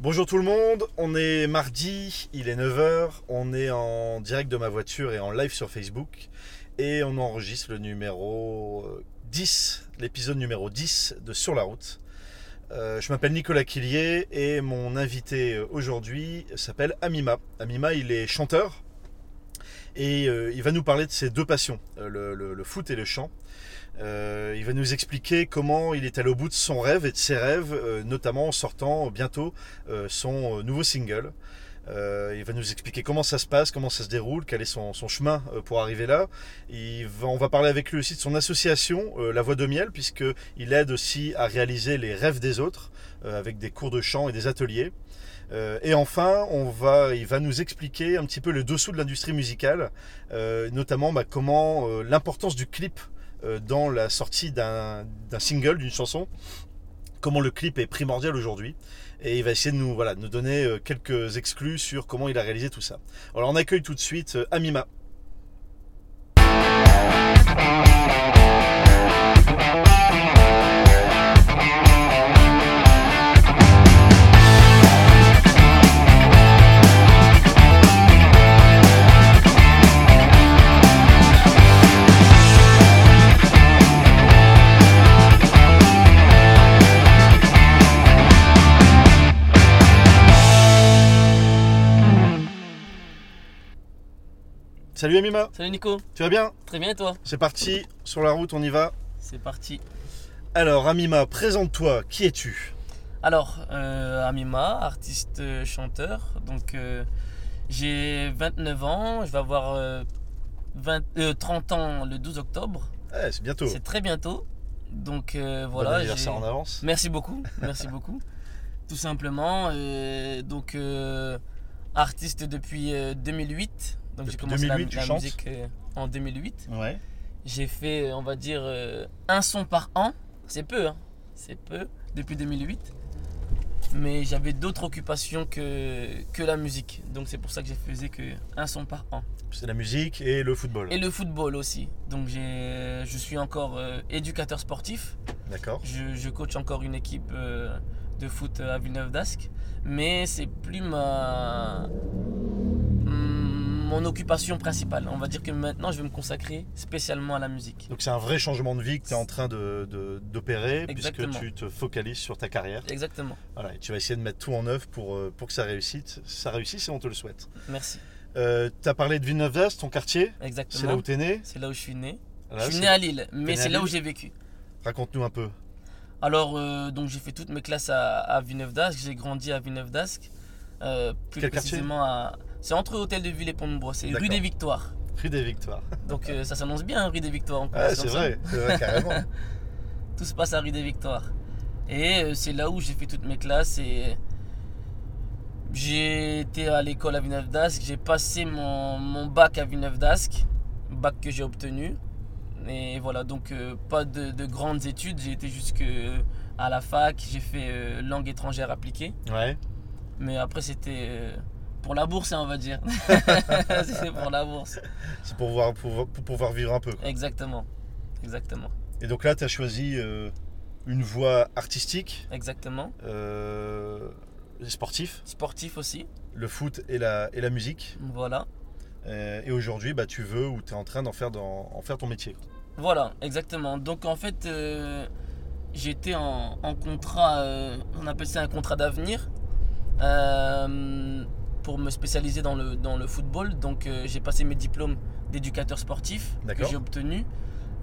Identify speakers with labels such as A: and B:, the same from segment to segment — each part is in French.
A: Bonjour tout le monde, on est mardi, il est 9h, on est en direct de ma voiture et en live sur Facebook et on enregistre le numéro euh, 10, l'épisode numéro 10 de Sur la route. Euh, je m'appelle Nicolas Quillier et mon invité euh, aujourd'hui s'appelle Amima. Amima, il est chanteur et euh, il va nous parler de ses deux passions, euh, le, le- le foot et le chant. Euh, il va nous expliquer comment il est allé au bout de son rêve et de ses rêves, euh, notamment en sortant bientôt euh, son euh, nouveau single. Euh, il va nous expliquer comment ça se passe, comment ça se déroule, quel est son, son chemin euh, pour arriver là. Il va- on va parler avec lui aussi de son association, euh, La Voix de Miel, puisqu'il aide aussi à réaliser les rêves des autres euh, avec des cours de chant et des ateliers. Euh, et enfin, on va, il va nous expliquer un petit peu le dessous de l'industrie musicale, euh, notamment bah, comment euh, l'importance du clip euh, dans la sortie d'un d'un single, d'une chanson, comment le clip est primordial aujourd'hui. Et il va essayer de nous, voilà, de nous donner euh, quelques exclus sur comment il a réalisé tout ça. Alors on accueille tout de suite euh, Amima. Salut Amima,
B: Salut Nico,
A: tu vas bien
B: très bien et toi
A: C'est parti, sur la route, on y va.
B: C'est parti.
A: Alors Amima, présente-toi, qui es-tu
B: Alors, euh, Amima, artiste euh, chanteur, donc euh, j'ai 29 ans, je vais avoir euh, 20, euh, 30 ans le 12 octobre,
A: Eh, C'est bientôt.
B: c'est très bientôt. Donc euh,
A: Bon
B: voilà, j'ai-
A: anniversaire en avance.
B: merci beaucoup, merci beaucoup. Tout simplement, euh, donc euh, artiste depuis euh, 2008, donc j'ai
A: Depuis
B: commencé la-
A: 2008, tu
B: la,
A: chantes
B: musique euh, en 2008.
A: Ouais.
B: J'ai fait, on va dire, euh, un son par an. C'est peu, hein. C'est peu, depuis 2008. Mais j'avais d'autres occupations que, que la musique. Donc c'est pour ça que je faisais que un son par an.
A: C'est la musique et le football.
B: Et le football aussi. Donc j'ai- je suis encore euh, éducateur sportif.
A: D'accord.
B: Je, je coach encore une équipe euh, de foot à Villeneuve d'Ascq. Mais c'est plus ma mm, mon occupation principale. On va dire que maintenant je vais me consacrer spécialement à la musique.
A: Donc c'est un vrai changement de vie que tu es en train de- de- d'opérer puisque
B: Exactement.
A: tu te focalises sur ta carrière.
B: Exactement.
A: Voilà, et tu vas essayer de mettre tout en œuvre pour, euh, pour que ça réussisse. Ça réussisse et on te le souhaite.
B: Merci.
A: Euh, tu as parlé de Villeneuve d'Ascq, ton quartier.
B: Exactement.
A: C'est là où tu es né.
B: je suis né.
A: Voilà,
B: je suis
A: c'est-
B: né à Lille, mais
A: né à
B: c'est là où
A: Lille
B: j'ai vécu.
A: Raconte-nous un peu.
B: Alors, euh, donc j'ai fait toutes mes classes à, à Villeneuve d'Ascq, j'ai grandi à Villeneuve d'Ascq. euh, plus
A: Quel quartier
B: précisément à. C'est entre Hôtel de Ville et Pont de Bois, c'est rue
A: D'accord.
B: des Victoires.
A: Rue des Victoires.
B: Donc euh, ça s'annonce bien, hein, rue des Victoires. on
A: Ah,
B: commence
A: c'est
B: comme ça.
A: vrai, c'est vrai, carrément.
B: Tout se passe à rue des Victoires. Et euh, c'est là où j'ai fait toutes mes classes et. euh, J'ai été à l'école à Villeneuve d'Ascq, j'ai passé mon, mon bac à Villeneuve d'Ascq, bac que j'ai obtenu. Et voilà, donc euh, pas de, de grandes études, j'ai été jusque euh, à la fac, j'ai fait euh, langue étrangère appliquée.
A: Ouais.
B: Mais après c'était euh, pour la bourse, hein, on va dire. c'était pour la bourse.
A: C'est pour, voir, pour, pour pouvoir vivre un peu. quoi.
B: Exactement, exactement,
A: Et donc là, tu as choisi euh, une voie artistique,
B: exactement.
A: euh, sportif,
B: Sportif aussi,
A: le foot et la, et la musique.
B: voilà.
A: Euh, et aujourd'hui, bah, tu veux ou tu es en train d'en faire, dans- en faire ton métier. quoi.
B: Voilà, exactement. Donc en fait, euh, j'étais en, en contrat, euh, on appelle ça un contrat d'avenir, euh, pour me spécialiser dans le, dans le football. Donc euh, j'ai passé mes diplômes d'éducateur sportif que
A: D'accord.
B: j'ai obtenu.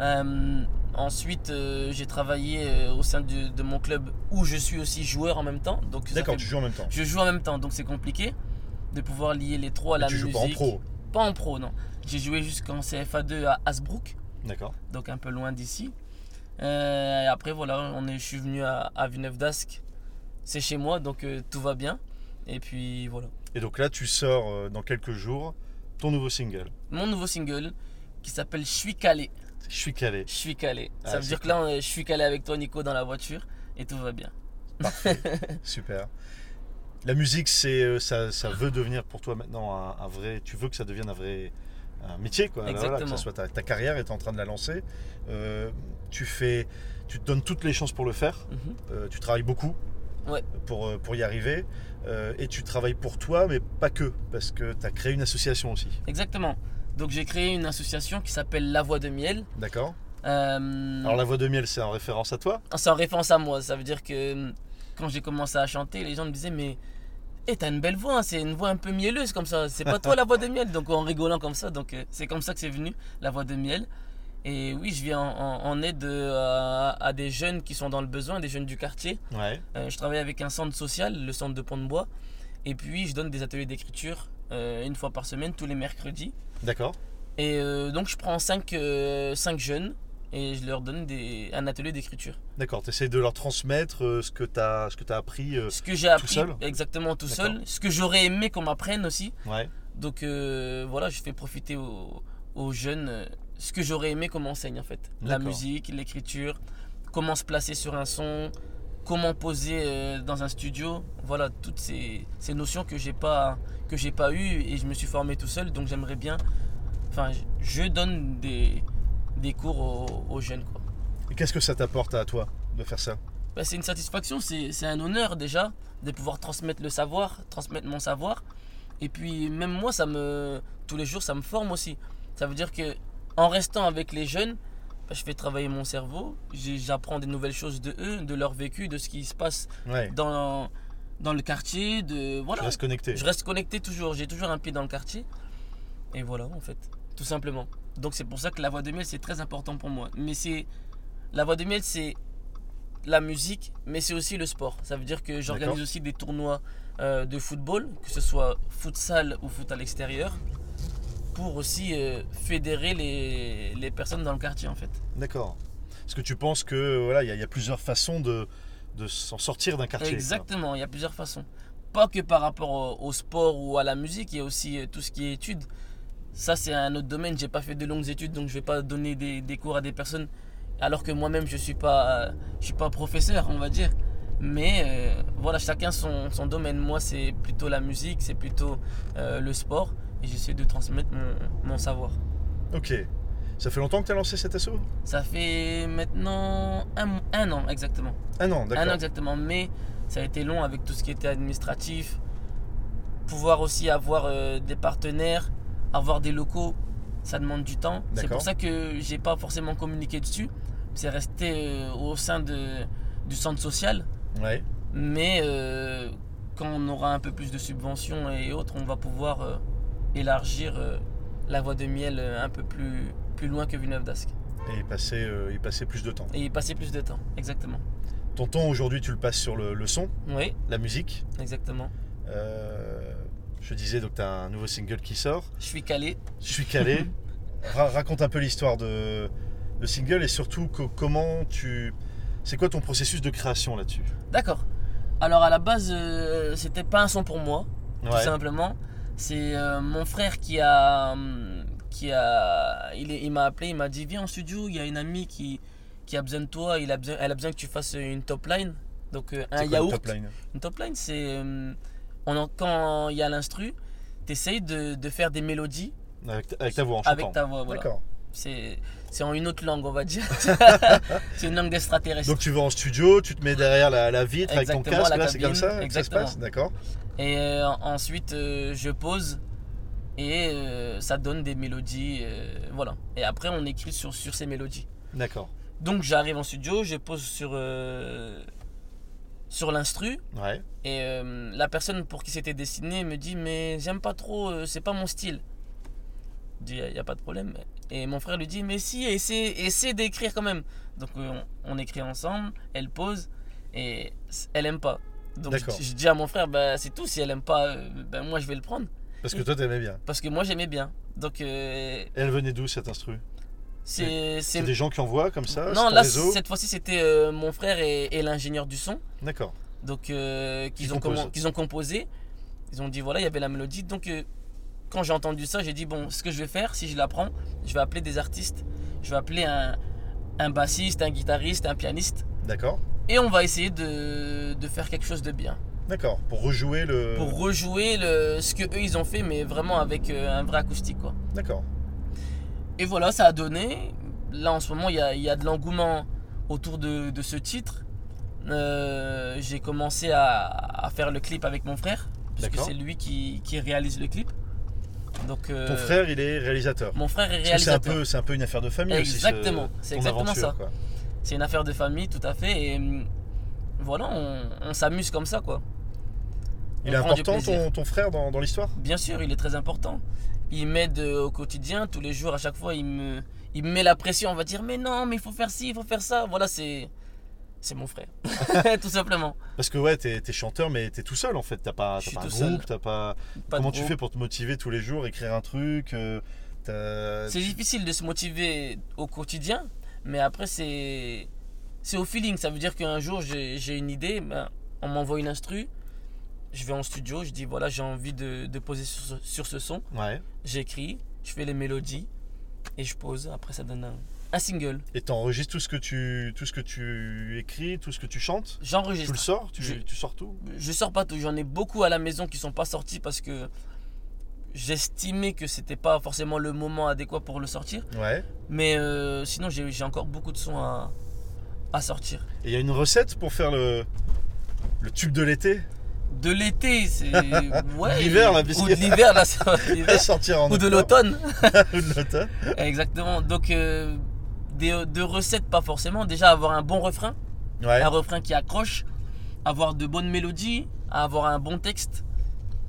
B: Euh, ensuite, euh, j'ai travaillé euh, au sein de, de mon club où je suis aussi joueur en même temps. Donc ça
A: D'accord,
B: fait-
A: tu joues en même temps.
B: je joue en même temps, donc c'est compliqué de pouvoir lier les trois à
A: Mais
B: la
A: tu joues
B: musique.
A: pas en pro.
B: Pas en pro, non. J'ai joué jusqu'en CFA2 à Hasbrook
A: D'accord.
B: donc un peu loin d'ici. Euh, et après, voilà, on est, je suis venu à, à Villeneuve d'Ascq. C'est chez moi, donc euh, tout va bien. Et puis voilà.
A: Et donc là, tu sors euh, dans quelques jours ton nouveau single.
B: Mon nouveau single qui s'appelle Je suis calé.
A: Je suis calé.
B: Je suis calé.
A: Ah,
B: Ça veut
A: c'est
B: dire que là, on est- je suis calé avec toi, Nico, dans la voiture. Et tout va bien.
A: Super. La musique, c'est euh, ça, ça veut devenir pour toi maintenant un, un vrai. Tu veux que ça devienne un vrai un métier, quoi. Voilà, que ça
B: Exactement.
A: soit ta, ta carrière et tu es en train de la lancer. Euh, tu fais, tu te donnes toutes les chances pour le faire.
B: Mhm.
A: Euh, tu travailles beaucoup.
B: Ouais.
A: pour, euh, pour y arriver. Euh, et tu travailles pour toi, mais pas que, parce que tu as créé une association aussi.
B: Exactement. Donc j'ai créé une association qui s'appelle La Voix de Miel.
A: D'accord
B: Euh,
A: Alors la voix de miel, c'est en référence à toi
B: C'est en référence Ah, à moi. Ça veut dire que hum, quand j'ai commencé à chanter, les gens me disaient mais eh, t'as une belle voix, hein, c'est une voix un peu mielleuse comme ça. C'est pas toi la voix de miel. Donc en rigolant comme ça, donc euh, c'est comme ça que c'est venu la voix de miel. Et oui, je viens en, en- en aide euh, à, à des jeunes qui sont dans le besoin, des jeunes du quartier.
A: Ouais.
B: Euh, je travaille avec un centre social, le centre de Pont de Bois. Et puis je donne des ateliers d'écriture euh, une fois par semaine, tous les mercredis.
A: D'accord.
B: Et euh, donc je prends 5 cinq, euh, cinq jeunes et je leur donne des, un atelier d'écriture.
A: D'accord, tu essaies de leur transmettre euh, ce que tu as, appris. euh,
B: Ce que j'ai appris
A: seul
B: exactement tout
A: D'accord.
B: seul, ce que j'aurais aimé qu'on m'apprenne aussi.
A: Ouais.
B: Donc euh, voilà, je fais profiter aux, aux jeunes euh, ce que j'aurais aimé qu'on m'enseigne en fait. La
A: D'accord.
B: musique, l'écriture, comment se placer sur un son, comment poser euh, dans un studio. Voilà, toutes ces, ces notions que j'ai pas que j'ai pas eues et je me suis formé tout seul. Donc j'aimerais bien, enfin je- je donne des, des cours aux, aux jeunes quoi.
A: Et qu'est-ce que ça t'apporte à toi de faire ça
B: Bah, c'est une satisfaction, c'est c'est un honneur déjà de pouvoir transmettre le savoir, transmettre mon savoir. Et puis même moi, ça me, tous les jours, ça me forme aussi. Ça veut dire que en restant avec les jeunes, bah, je fais travailler mon cerveau, j'ai- j'apprends des nouvelles choses de eux, de leur vécu, de ce qui se passe
A: Ouais.
B: dans, dans le quartier, de
A: Tu
B: voilà.
A: restes connecté.
B: Je reste connecté toujours, j'ai toujours un pied dans le quartier. Et voilà, en fait, tout simplement. Donc c'est pour ça que la voix de miel, c'est très important pour moi. Mais c'est. La voix de miel, c'est la musique, mais c'est aussi le sport. Ça veut dire que j'organise
A: D'accord.
B: aussi des tournois euh, de football, que ce soit futsal ou foot à l'extérieur, pour aussi euh, fédérer les, les personnes dans le quartier, en fait.
A: D'accord. Parce que tu penses que voilà, il y, a- il y a plusieurs façons de, de s'en sortir d'un quartier. quoi.
B: Exactement, il y a plusieurs façons. Pas que par rapport au, au sport ou à la musique, il y a aussi euh, tout ce qui est études. Ça, c'est un autre domaine. J'ai pas fait de longues études, donc je vais pas donner des, des cours à des personnes. Alors que moi-même, je suis pas, euh, je suis pas professeur, on va dire. Mais euh, voilà, chacun son, son domaine. Moi, c'est plutôt la musique, c'est plutôt euh, le sport. Et j'essaie de transmettre mon, mon savoir.
A: Ok. Ça fait longtemps que tu as lancé cet assaut
B: Ça fait maintenant un, mo- un an exactement.
A: Ah non,
B: Un an
A: d'accord.
B: exactement, mais ça a été long avec tout ce qui était administratif. Pouvoir aussi avoir euh, des partenaires, avoir des locaux, ça demande du temps. C'est
A: D'accord.
B: pour ça que j'ai pas forcément communiqué dessus. C'est resté euh, au sein de, du centre social.
A: Ouais.
B: Mais euh, quand on aura un peu plus de subventions et autres, on va pouvoir euh, élargir euh, la voie de miel euh, un peu plus, plus loin que Villeneuve d'Ascq.
A: Et y passer, euh, y passer plus de temps.
B: Et y passer plus de temps, exactement.
A: Ton temps aujourd'hui, tu le passes sur le, le son,
B: Oui,
A: la musique.
B: exactement.
A: Euh, je disais, donc tu as un nouveau single qui sort.
B: Je suis calé.
A: Je suis calé. Ra- raconte un peu l'histoire de, de single et surtout co- comment tu. C'est quoi ton processus de création là-dessus
B: D'accord. Alors à la base, euh, c'était pas un son pour moi, tout simplement. C'est euh, mon frère qui a, hum, qui a, il, est- il m'a appelé, il m'a dit viens en studio, il y a une amie qui, qui a besoin de toi, il a besoin, elle a besoin que tu fasses une top line, donc euh, un
A: C'est quoi le
B: yaourt.
A: top line
B: Une top line, c'est hum, on en- quand il y a l'instru, t'essayes de, de faire des mélodies
A: avec, ta- avec ta voix en chantant.
B: avec ta voix. Voilà.
A: D'accord.
B: C'est c'est en une autre langue, on va dire. c'est une langue d'extraterrestre.
A: Donc tu vas en studio, tu te mets derrière la, la vitre avec ton
B: Exactement,
A: casque,
B: la
A: là c'est comme
B: cabine,
A: ça que ça se
B: exactement.
A: passe D'accord.
B: Et euh, ensuite, euh, je pose et euh, ça donne des mélodies. euh, voilà. Et après, on écrit sur, sur ces mélodies.
A: D'accord.
B: Donc, j'arrive en studio, je pose sur, euh, sur l'instru.
A: Ouais.
B: Et euh, la personne pour qui c'était destiné me dit Mais j'aime pas trop, euh, c'est pas mon style. Je dis Y a pas de problème. Et mon frère lui dit Mais si, essaie, essaie d'écrire quand même. Donc euh, on, on écrit ensemble, elle pose et s- elle aime pas. Donc
A: D'accord.
B: je, je dis à mon frère Bah c'est tout, si elle aime pas, euh, ben, moi je vais le prendre.
A: Parce que toi t'aimais bien.
B: Parce que moi j'aimais bien. Donc euh,
A: Elle venait d'où cet instru C'est
B: c'est. c'est-
A: des gens qui envoient comme ça
B: Non,
A: sur ton
B: là
A: réseau
B: cette fois-ci c'était euh, mon frère et- et l'ingénieur du son.
A: D'accord.
B: donc euh, qu'ils
A: Qui
B: ont,
A: compose.
B: commen- qu'ils ont composé. Ils ont dit voilà, il y avait la mélodie. Donc euh, quand j'ai entendu ça, j'ai dit bon, ce que je vais faire, si je l'apprends, je vais appeler des artistes. Je vais appeler un, un bassiste, un guitariste, un pianiste.
A: D'accord.
B: Et on va essayer de, de faire quelque chose de bien.
A: D'accord. Pour rejouer le.
B: Pour rejouer le, ce que eux ils ont fait, mais vraiment avec euh, un vrai acoustique. Quoi.
A: D'accord.
B: Et voilà, ça a donné. Là en ce moment, il y a, il y a de l'engouement autour de, de ce titre. Euh, j'ai commencé à, à faire le clip avec mon frère, parce que
A: D'accord.
B: c'est lui qui, qui réalise le clip. Donc, euh,
A: Ton frère, il est réalisateur.
B: Mon frère est
A: Parce que C'est un,
B: réalisateur.
A: peu- c'est un peu une affaire de famille aussi. ce-
B: Exactement, c'est
A: ton
B: exactement
A: aventure,
B: ça.
A: quoi.
B: C'est une affaire de famille, tout à fait. Et hum, voilà, on, on s'amuse comme ça, quoi.
A: Il
B: On
A: est
B: prend du
A: important
B: plaisir.
A: ton, ton frère dans, dans l'histoire
B: Bien sûr, il est très important. Il m'aide euh, au quotidien, tous les jours, à chaque fois, il me, il me met la pression. On va dire, mais non, mais il faut faire ci, il faut faire ça. Voilà, c'est, c'est mon frère, tout simplement.
A: Parce que ouais, t'es es chanteur, mais t'es tout seul en fait. T'as pas,
B: Je
A: t'as
B: suis
A: pas un
B: tout seul.
A: groupe, t'as pas.
B: Pas de
A: Comment tu
B: gros.
A: fais pour te motiver tous les jours, écrire un truc euh, t'as-
B: C'est difficile de se motiver au quotidien, mais après, c'est, c'est au feeling. Ça veut dire qu'un jour, j'ai, j'ai une idée, ben, on m'envoie une instru. Je vais en studio, je dis, voilà, j'ai envie de, de poser sur ce- sur ce son.
A: Ouais.
B: j'écris, je fais les mélodies et je pose. Après, ça donne un, un single.
A: Et t'enregistres tout ce que tu tout ce que tu écris, tout ce que tu chantes. Tu le
B: J'enregistre.
A: sors, tu,
B: Je-
A: tu sors tout.
B: Je sors pas tout. J'en ai beaucoup à la maison qui sont pas sortis parce que j'estimais que c'était pas forcément le moment adéquat pour le sortir.
A: Ouais.
B: Mais euh, sinon, j'ai j'ai encore beaucoup de sons à, à sortir.
A: Et il y a une recette pour faire le le tube de l'été,
B: De l'été, c'est. Ouais,
A: L'hiver, là, parce
B: Ou de
A: que-
B: l'hiver, là, ça va être l'hiver.
A: sortir en
B: Ou de
A: octobre.
B: l'automne.
A: Ou de l'automne.
B: Exactement. Donc, euh, des, de recettes, pas forcément. Déjà, avoir un bon refrain.
A: Ouais.
B: un refrain qui accroche, avoir de bonnes mélodies, avoir un bon texte.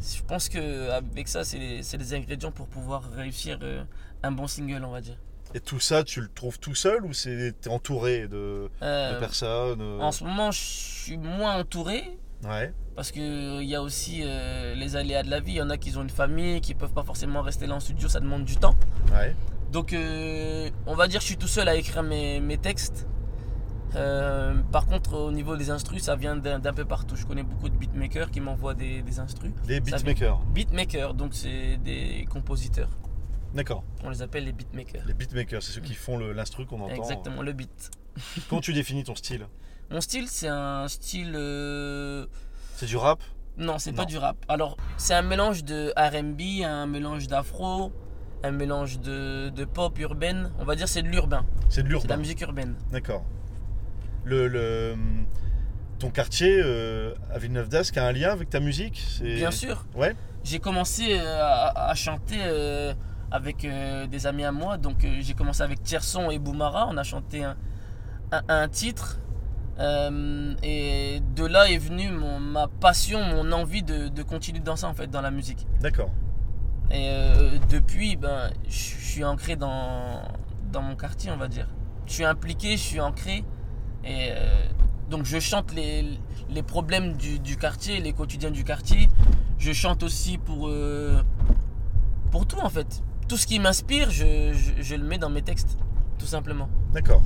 B: Je pense que avec ça, c'est les, c'est les ingrédients pour pouvoir réussir euh, un bon single, on va dire.
A: Et tout ça, tu le trouves tout seul ou c'est t'es entouré de, de
B: Euh,
A: personnes euh,
B: en ce moment, je suis moins entouré
A: Ouais.
B: parce que il y a aussi euh, les aléas de la vie. Il y en a qui ont une famille, qui peuvent pas forcément rester là en studio, ça demande du temps.
A: Ouais.
B: Donc, euh, on va dire, je suis tout seul à écrire mes, mes textes. Euh, par contre, au niveau des instrus, ça vient d'un d'un peu partout. Je connais beaucoup de beatmakers qui m'envoient des, des instrus.
A: Les
B: Ça vient.
A: beatmakers.
B: Beatmakers, donc c'est des compositeurs.
A: D'accord.
B: On les appelle les beatmakers.
A: Les beatmakers, c'est ceux qui font le- l'instru qu'on entend.
B: Exactement, le beat.
A: Comment tu définis ton style
B: Mon style, c'est un style. euh,
A: C'est du rap
B: Non, c'est pas
A: Non.
B: du rap. Alors, c'est un mélange de RB, un mélange d'afro, un mélange de, de pop urbaine. On va dire c'est de l'urbain.
A: C'est de
B: C'est de la
A: l'urbain.
B: musique urbaine.
A: D'accord. Le, le- ton quartier euh, à Villeneuve d'Ascq a un lien avec ta musique C'est-
B: Bien sûr.
A: Ouais.
B: J'ai commencé euh, à, à chanter euh, avec euh, des amis à moi. Donc euh, j'ai commencé avec Tierson et Boumara. On a chanté un, un- un titre. Euh, et de là est venue mon- ma passion, mon envie de, de continuer de danser en fait dans la musique.
A: D'accord.
B: Et euh, depuis, ben, je je suis ancré dans, dans mon quartier, on va dire. Je suis impliqué, je suis ancré. Et euh, donc je chante les, les problèmes du, du quartier, les quotidiens du quartier. Je chante aussi pour, euh, pour tout en fait. Tout ce qui m'inspire, je, je- je le mets dans mes textes, tout simplement.
A: D'accord.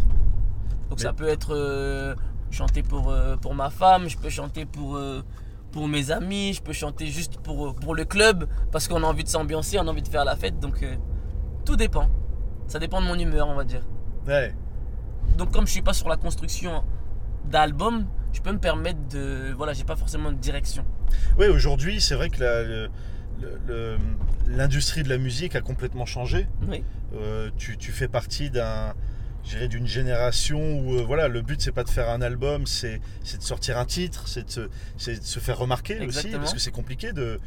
B: Donc
A: Mais-
B: ça peut être euh, chanter pour, euh, pour ma femme, je peux chanter pour, euh, pour mes amis, je peux chanter juste pour, euh, pour le club, parce qu'on a envie de s'ambiancer, on a envie de faire la fête, donc euh, tout dépend. Ça dépend de mon humeur, on va dire.
A: Ouais.
B: Donc comme je suis pas sur la construction d'album, je peux me permettre de... Voilà, j'ai pas forcément de direction.
A: Ouais, aujourd'hui, c'est vrai que la- le- le- le- l'industrie de la musique a complètement changé.
B: Oui.
A: Euh, tu, tu fais partie d'un je dirais, d'une génération où euh, voilà le but c'est pas de faire un album c'est c'est de sortir un titre c'est de, se- c'est de se faire remarquer aussi
B: Exactement.
A: parce que c'est compliqué de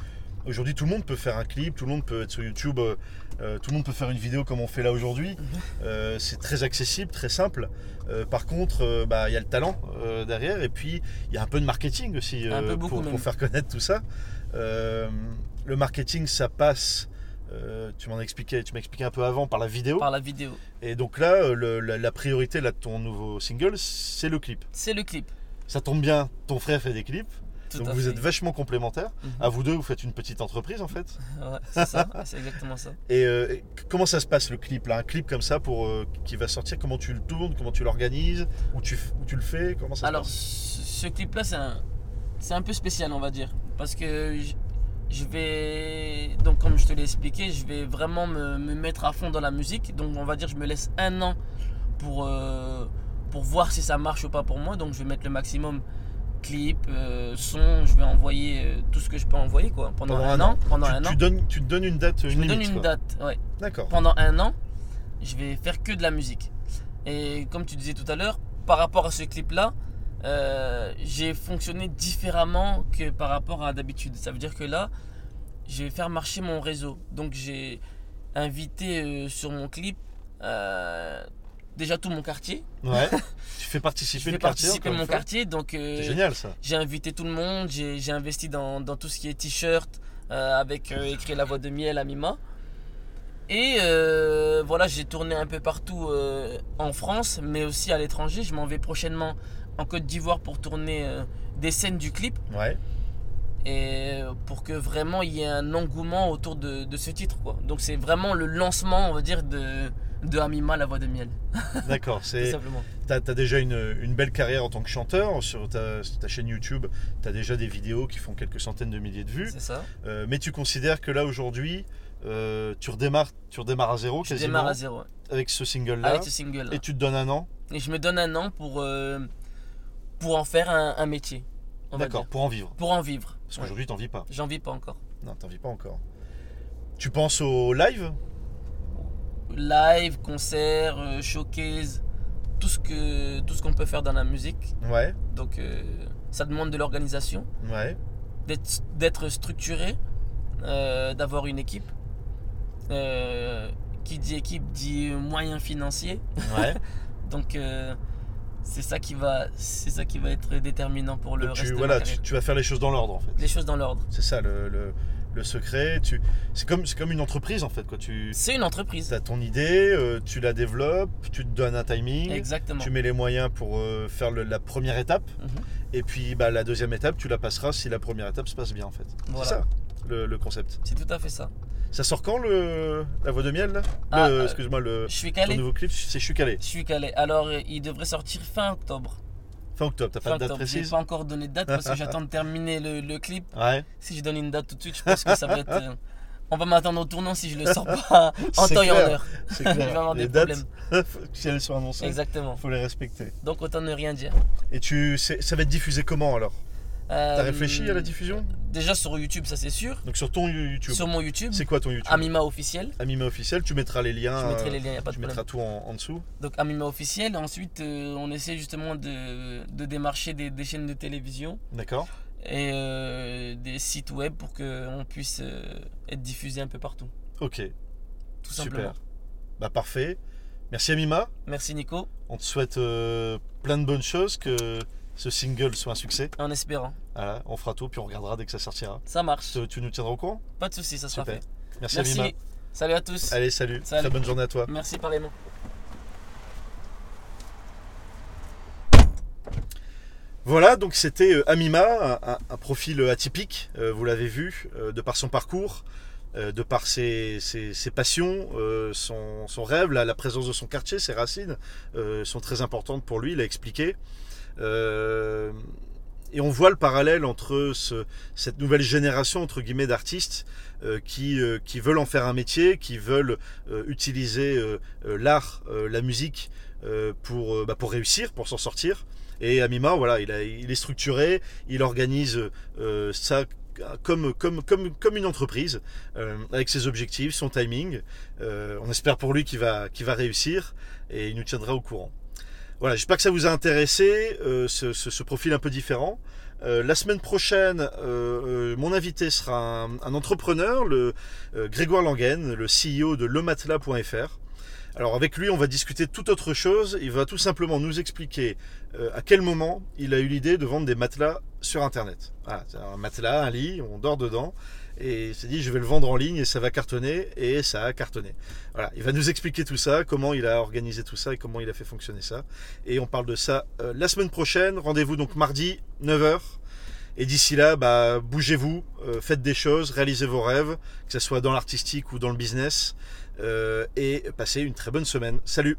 A: aujourd'hui tout le monde peut faire un clip tout le monde peut être sur YouTube euh, euh, tout le monde peut faire une vidéo comme on fait là aujourd'hui
B: Mhm.
A: Euh, c'est très accessible très simple Euh, par contre euh, bah, il y a le talent euh, derrière et puis il y a un peu de marketing aussi euh,
B: Un peu beaucoup
A: pour,
B: même.
A: pour faire connaître tout ça Euh, le marketing ça passe euh, tu m'en expliquais tu m'expliquais un peu avant par la vidéo
B: Par la vidéo.
A: et donc là, euh, le- la, la priorité là, de ton nouveau single, c'est le clip.
B: C'est le clip.
A: Ça tombe bien, ton frère fait des clips,
B: Tout
A: donc
B: à
A: vous
B: fait.
A: êtes vachement complémentaires.
B: Mhm.
A: À vous deux, vous faites une petite entreprise en fait.
B: Ouais, c'est ça, c'est exactement ça.
A: Et, euh, et c- comment ça se passe le clip là Un clip comme ça pour, euh, qui va sortir, comment tu le tournes, comment tu l'organises, où tu, f- où tu le fais, comment ça
B: Alors,
A: se passe
B: ce, ce clip-là, c'est un, c'est un peu spécial, on va dire. Parce que je, je vais. Donc, comme je te l'ai expliqué, je vais vraiment me, me mettre à fond dans la musique. Donc, on va dire, je me laisse un an pour, euh, pour voir si ça marche ou pas pour moi. Donc, je vais mettre le maximum clip, euh, son. Je vais envoyer euh, tout ce que je peux envoyer, quoi. Pendant, un, an. Pendant
A: tu,
B: un
A: tu
B: an.
A: donnes, tu te donnes une date,
B: Je
A: une
B: me donne
A: limite, quoi.
B: une date, ouais
A: D'accord.
B: pendant un an, je vais faire que de la musique. Et comme tu disais tout à l'heure, par rapport à ce clip-là, euh, j'ai fonctionné différemment que par rapport à d'habitude. Ça veut dire que là, je vais faire marcher mon réseau. Donc j'ai invité euh, sur mon clip euh, déjà tout mon quartier.
A: Ouais. tu fais
B: Je
A: participer
B: fais
A: le quartier.
B: participer
A: encore
B: mon
A: une fois.
B: quartier. Donc euh,
A: C'est génial ça.
B: j'ai invité tout le monde, j'ai j'ai investi dans, dans tout ce qui est t-shirt euh, avec euh, écrit la voix de miel à Mima. Et euh, voilà, j'ai tourné un peu partout euh, en France, mais aussi à l'étranger. Je m'en vais prochainement en Côte d'Ivoire pour tourner euh, des scènes du clip
A: Ouais.
B: et euh, pour que vraiment il y ait un engouement autour de, de ce titre. Quoi. Donc c'est vraiment le lancement, on va dire, de, de Amima, la voix de miel,
A: D'accord.
B: tout
A: C'est.
B: simplement.
A: T'as as déjà une, une belle carrière en tant que chanteur sur ta, sur ta chaîne YouTube. T'as déjà des vidéos qui font quelques centaines de milliers de vues.
B: C'est ça.
A: Euh, mais tu considères que là aujourd'hui, euh, tu redémarres, tu redémarres à zéro
B: Je
A: quasiment
B: démarre à zéro ouais,
A: avec ce single-là.
B: avec ce single.
A: Et tu te donnes un an,
B: Et je me donne un an pour, euh, pour en faire un, un métier. on va
A: d'accord,
B: dire.
A: pour en vivre.
B: Pour en vivre.
A: Parce
B: Ouais.
A: qu'aujourd'hui, t'en vis pas.
B: J'en vis pas encore.
A: Non, t'en vis pas encore. Tu penses au live
B: Live, concert, euh, showcase, tout ce que tout ce qu'on peut faire dans la musique.
A: Ouais,
B: Donc euh, ça demande de l'organisation,
A: ouais,
B: d'être- d'être structuré, euh, d'avoir une équipe. Euh, qui dit équipe dit moyens financiers.
A: ouais.
B: Donc euh, c'est ça qui va c'est ça qui va être déterminant pour le
A: Donc
B: reste
A: tu,
B: de
A: voilà,
B: ma
A: tu,
B: carrière.
A: tu vas faire les choses dans l'ordre en fait.
B: Les choses dans l'ordre.
A: C'est ça le, le- le secret. Tu, c'est comme, c'est comme une entreprise en fait. Quoi. Tu
B: C'est une entreprise.
A: as ton idée, euh, tu la développes, tu te donnes un timing,
B: Exactement.
A: tu mets les moyens pour euh, faire le- la première étape.
B: Mhm.
A: Et puis bah, la deuxième étape, tu la passeras si la première étape se passe bien en fait.
B: Voilà.
A: C'est ça le, le concept.
B: C'est tout à fait ça.
A: Ça sort quand le la voix de miel là
B: Ah,
A: Le-
B: euh,
A: Excuse-moi le
B: Je suis
A: ton
B: calé.
A: nouveau clip, c'est je suis calé.
B: Je suis calé. Alors, euh, il devrait sortir fin octobre.
A: Fin octobre, t'as
B: Fin
A: pas de date
B: octobre. J'ai
A: précise
B: pas encore donné de date parce que j'attends de terminer le, le clip.
A: Ouais.
B: Si je donne une date tout de suite, je pense que ça va être. euh, on va m'attendre au tournant si je le sors pas en
A: C'est
B: temps et en
A: clair.
B: heure.
A: C'est
B: Je vais avoir
A: Les
B: des
A: dates, si elles sont annoncées,
B: Exactement.
A: faut les respecter.
B: Donc, autant ne rien dire.
A: Et tu, c'est- ça va être diffusé comment alors
B: Euh,
A: T'as réfléchi à la diffusion
B: Déjà sur YouTube, ça c'est sûr.
A: Donc sur ton YouTube.
B: Sur Ah, mon YouTube,
A: C'est quoi ton YouTube
B: Amima officiel.
A: Amima officiel. Tu mettras les liens.
B: Je mettrai
A: euh,
B: les liens, y a pas de
A: tu
B: problème.
A: mettras tout en, en dessous.
B: Donc Amima officiel. Ensuite, euh, on essaie justement de, de démarcher des- des chaînes de télévision.
A: D'accord.
B: et euh, des sites web pour qu'on puisse euh, être diffusé un peu partout.
A: Ok.
B: Tout simplement.
A: Super. Bah parfait. Merci Amima.
B: Merci Nico,
A: On te souhaite euh, plein de bonnes choses. Que ce single soit un succès.
B: en espérant.
A: Voilà, on fera tout puis on regardera dès que ça sortira.
B: Ça marche.
A: Tu, tu nous tiendras au courant
B: Pas de soucis, ça sera
A: Super.
B: fait.
A: Merci,
B: Merci.
A: Amima.
B: Salut à tous.
A: Allez, salut.
B: Salut.
A: Très bonne journée à toi.
B: Merci par les mots.
A: Voilà, donc c'était euh, Amima, un, un- un profil euh, atypique, euh, vous l'avez vu, euh, de par son parcours, euh, de par ses, ses- ses passions, euh, son, son rêve, la, la présence de son quartier, ses racines euh, sont très importantes pour lui, il a expliqué. Euh, et on voit le parallèle entre ce- cette nouvelle génération entre guillemets d'artistes euh, qui, euh, qui veulent en faire un métier, qui veulent euh, utiliser euh, euh, l'art, euh, la musique euh, pour, euh, bah, pour réussir, pour s'en sortir. Et Amima, voilà, il, a- il est structuré, il organise euh, ça comme, comme, comme, comme une entreprise, euh, avec ses objectifs, son timing. Euh, on espère pour lui qu'il va, qu'il va réussir et il nous tiendra au courant. Voilà, j'espère que ça vous a intéressé, euh, ce, ce- ce profil un peu différent. Euh, la semaine prochaine, euh, euh, mon invité sera un, un entrepreneur, le, euh, Grégoire Languen, le CEO de lematelas.fr. Alors avec lui, on va discuter de toute autre chose. Il va tout simplement nous expliquer euh, à quel moment il a eu l'idée de vendre des matelas sur Internet. Voilà, c'est un matelas, un lit, on dort dedans. Et il s'est dit, je vais le vendre en ligne et ça va cartonner. Et ça a cartonné. Voilà, il va nous expliquer tout ça, comment il a organisé tout ça et comment il a fait fonctionner ça. Et on parle de ça euh, la semaine prochaine. Rendez-vous donc mardi, 9h. Et d'ici là, bah, bougez-vous, euh, faites des choses, réalisez vos rêves, que ce soit dans l'artistique ou dans le business. Euh, et passez une très bonne semaine. Salut